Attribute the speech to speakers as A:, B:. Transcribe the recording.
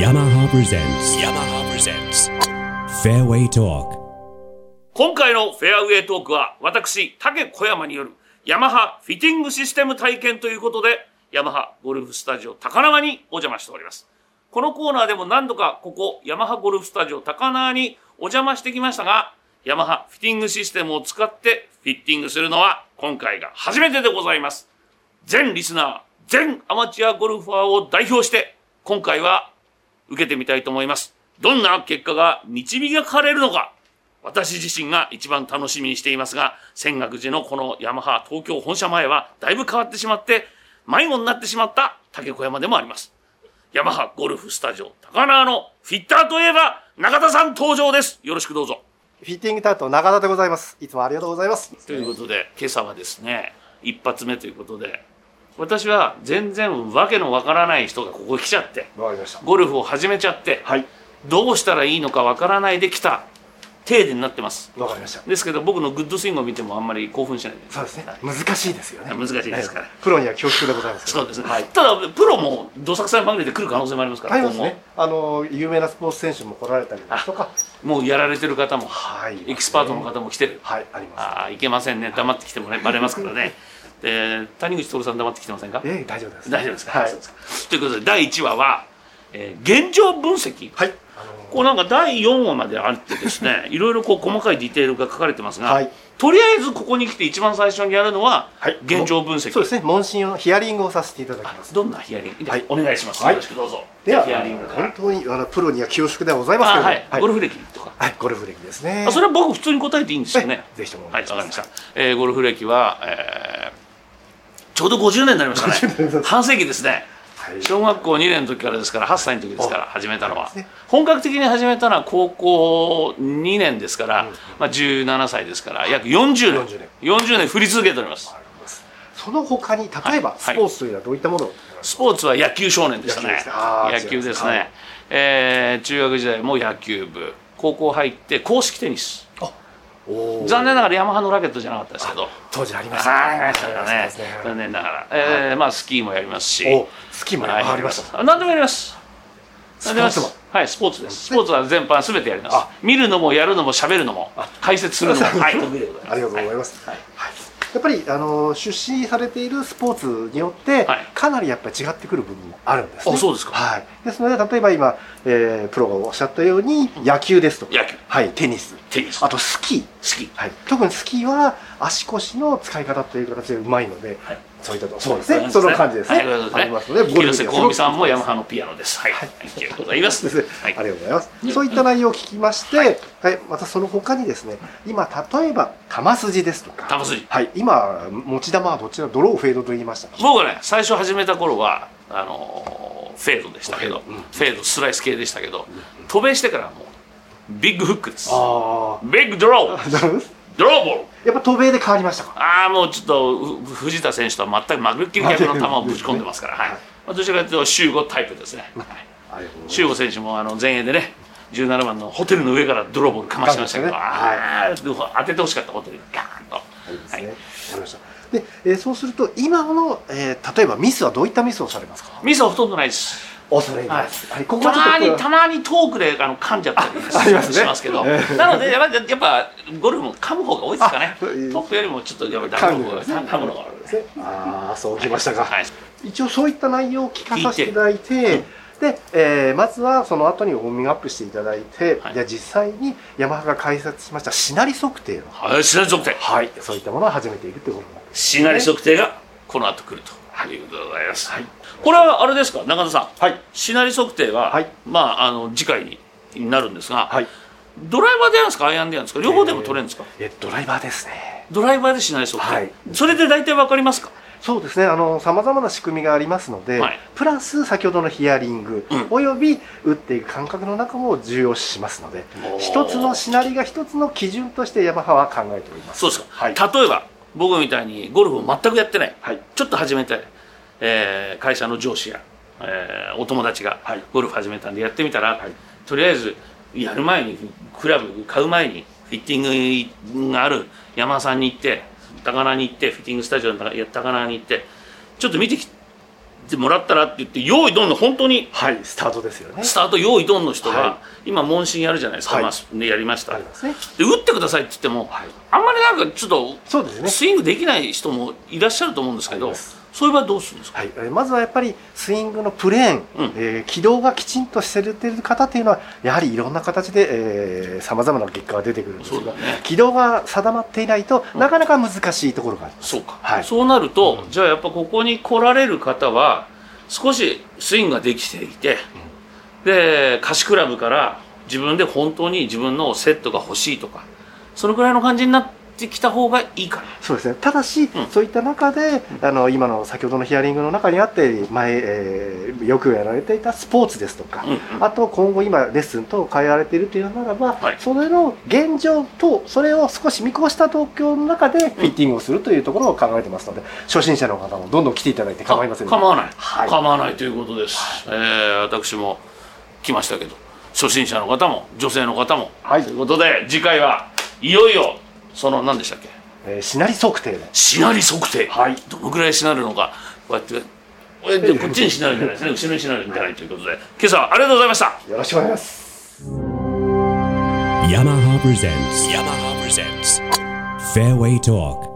A: yamaha presents yamaha presents fairway talk
B: 今回のフェアウェイトークは私竹小山によるヤマハフィティングシステム体験ということでヤマハゴルフスタジオ高輪にお邪魔しておりますこのコーナーでも何度かここヤマハゴルフスタジオ高輪にお邪魔してきましたがヤマハフィティングシステムを使ってフィッティングするのは今回が初めてでございます全リスナー全アマチュアゴルファーを代表して今回は受けてみたいと思いますどんな結果が導かれるのか私自身が一番楽しみにしていますが、泉岳寺のこのヤマハ東京本社前はだいぶ変わってしまって、迷子になってしまった竹小山でもあります。ヤマハゴルフスタジオ高輪のフィッターといえば中田さん登場です。よろしくどうぞ。
C: フィッティング担当中田でございます。いつもありがとうございます。
B: ということで、今朝はですね、一発目ということで、私は全然わけのわからない人がここに来ちゃって、
C: わかりました。
B: ゴルフを始めちゃって、
C: はい。
B: どうしたらいいのかわからないで来た程度になってます。
C: わかりました。
B: ですけど僕のグッドスイングを見てもあんまり興奮しないです
C: そうですね。難しいですよね。
B: 難しいですから
C: はいプロには恐縮でございます。
B: そうですね、ただプロもどさくさに紛れてくる可能性もありますから、
C: ありますね。あの有名なスポーツ選手も来られたりですとか。
B: 今後もうやられてる方も、
C: はい
B: エキスパートの方も来てる、
C: はい、あります。
B: ああいけませんね黙ってきてもねバレますからねで谷口徹さん黙ってきてませんか
C: ええ、大丈夫です。
B: 大丈夫ですか、
C: はい
B: そう。ですかということで第1話は、えー現状分析、
C: はい。あの
B: こうなんか第4話まであってです ねいろいろこう細かいディテールが書かれてますが、
C: はい
B: とりあえずここに来て一番最初にやるのは、
C: はい
B: 現状分析
C: そうですね。問診をヒアリングをさせていただきます。
B: どんなヒアリング、
C: はい
B: お願いします、
C: はい
B: よろしくどうぞ
C: では、
B: ヒアリングから
C: 本当にあのプロには恐縮ではございますけ
B: あ
C: れども。
B: はい、ゴルフ歴とか、
C: はい、ゴルフ歴ですね。
B: あそれは僕普通に答えていいんですよね
C: えぜひともお
B: は
C: 願
B: いわ
C: いし
B: か
C: ます
B: りました、えーゴルフ歴は、えーちょうど50年になりました
C: 50年で
B: ね
C: す
B: 半世紀ですね
C: はい
B: 小学校2年の時からですから8歳の時ですから始めたのは
C: そうですね
B: 本格的に始めたのは高校2年ですから、まあ、17歳ですから約40年
C: 40
B: ,40 年振り続けております
C: ありますその他に例えば、
B: い
C: スポーツというのはどういったものを。
B: スポーツは野球少年でしたね
C: 野球ですねあ。ー
B: 野球です
C: 違います
B: ね
C: はい。
B: えー中学時代も野球部、高校入って公式テニス。
C: おー
B: 残念ながらヤマハのラケットじゃなかったですけど。
C: 当時ありました。
B: ありましたよ
C: あり
B: ね
C: ましたね。
B: 残念ながら、えーまあスキーもやりますし。
C: お、スキーもね
B: はい
C: ありました。。
B: あ何でもやります。何でもやりま
C: スポー
B: す。はい、スポーツです。スポーツは全般すべてやります
C: あ。
B: 見るのもやるのも喋るのも解説するのも。はい、得意でございます。
C: ありがとうございます。
B: はい
C: やっぱりあの出資されているスポーツによって、
B: はい
C: かなりやっぱり違ってくる部分もあるんです、ね。
B: あそうですか
C: はい。ですので例えば今、えープロがおっしゃったように野球ですとか、
B: 野球
C: はい、テニス、
B: テニス
C: あとスキー。
B: スキー。
C: はい、特にスキーは足腰の使い方という形でうまいので、
B: はい
C: そういったとそうですね。その感じですね。
B: はい、そうですね
C: ありますので、
B: 広瀬
C: には
B: 香美さんも
C: すごく
B: ヤマハのピアノです。はい、ありがとうございます。
C: ですね
B: はい
C: ありがとうございます。そういった内容を聞きまして、はい、またその他にですね、今、例えば、球筋ですとか、
B: 球筋
C: はい、今、持ち球はどちら、ドローフェードと言いました。
B: 僕はね最初始めた頃はあのーフェードでしたけど、
C: フェードうん
B: フェードスライス系でしたけど、渡米してからはもうビッグフックです
C: あ
B: ビッグドロ
C: あ
B: ー、
C: なるほど。
B: ドローボール
C: やっぱ、渡米で変わりましたか
B: ああもうちょっとふ藤田選手とは全くまるっきり逆の球をぶち込んでますから、はい
C: はい
B: まあどちらかというと周吾タイプですね、はい
C: ありがとうござい
B: 周吾選手もあの前衛でね17番のホテルの上からドローボールかましてましたけど、
C: か
B: あ
C: ま
B: あ当ててほしかったホテルにガーンと。
C: ますね。わかりました。で、えーそうすると、今の、えー例えばミスはどういったミスをされますか
B: ミスはほとんどないです。
C: 恐れ
B: はい
C: はい、ここ
B: た
C: はち
B: ま
C: ょっ
B: に
C: と
B: たまにトークであの噛んじゃったり
C: あありますね
B: しますけど、
C: ええ
B: なのでやっぱやっぱゴルフも噛む方が多いですかね
C: あ
B: ト
C: そう
B: ップよりもちょっとやっぱダムの方が噛むのが
C: ですね。ああ、そうきましたか。
B: はい
C: 一応そういった内容を聞かさせていただいてで、えーまずはその後にウォーミングアップしていただいて、
B: はい
C: じゃあ実際にヤマハが開発しましたシナリ測定の、
B: はいしなり測定
C: はい、そういったものを始めていくということになります
B: しなり測定がこの後来るということでございます、これはあれですか中田さん、
C: はい
B: しなり測定は、
C: はい
B: まああの次回になるんですが、
C: はい
B: ドライバーでやるんですかアイアンでやるんですか両方でも取れるんですか、
C: えードライバーですね
B: ドライバーでしなり測定、
C: はい
B: それで大体わかりますか
C: そうですねあのさまざまな仕組みがありますので、
B: はい
C: プラス先ほどのヒアリング、
B: うん
C: および打っていく感覚の中も重要視しますので
B: おー
C: 一つのシナリが一つの基準としてヤマハは考えております
B: そうですか、
C: はい
B: 例えば僕みたいにゴルフを全くやってない、
C: はい
B: ちょっと始めて、えー会社の上司や、えーお友達が
C: はい
B: ゴルフ始めたんでやってみたら、
C: い
B: とりあえずやる前にクラブ買う前にフィッティングがある山田さんに行って高輪に行ってフィッティングスタジオの高輪に行ってちょっと見てきってもらったらって言って用意どんの本当に
C: はい、スタートですよね。
B: スタート用意どんの人が、
C: は
B: 今問診やるじゃないですか、
C: はい
B: まあね、やりました
C: ありますね。
B: で打ってくださいって言っても、
C: はい
B: あんまりなんかちょっと
C: そうですね。
B: スイングできない人もいらっしゃると思うんですけ
C: あ
B: ど
C: ります
B: そういう場合どうするんですか、
C: はい、えーまずはやっぱりスイングのプレーン、
B: うん
C: えー軌道がきちんとしてる方っていうのはやはりいろんな形でさまざまな結果が出てくるんです
B: そう
C: が、
B: だね
C: 軌道が定まっていないとなかなか難しいところがあります。
B: そうか、
C: はい
B: そうなると、じゃあやっぱここに来られる方は少しスイングができていて、で歌詞クラブから自分で本当に自分のセットが欲しいとかそのくらいの感じになってきた方がいいかな
C: そうですね、ただし、
B: ん
C: そういった中であの今の先ほどのヒアリングの中にあって前、えーよくやられていたスポーツですとか、
B: うんうん
C: あと今後今レッスンと変えられているというのならば、
B: はい
C: それの現状とそれを少し見越した東京の中でフィッティングをするというところを考えてますので初心者の方もどんどん来ていただいて構いませんので
B: 構わない、
C: はい
B: 構わないということです、えー私も来ましたけど初心者の方も女性の方も、
C: はい
B: ということで次回はいよいよその何でしたっけ
C: えー、シナリ測定の
B: しなり測定、
C: はい
B: どのぐらいしなるのかこうやってこれでこっちにしなるんじゃないですね後ろにしなるんじゃないということで今朝はありがとうございました
C: よろしくお願いします。
A: yamaha presents yamaha presents fairway talk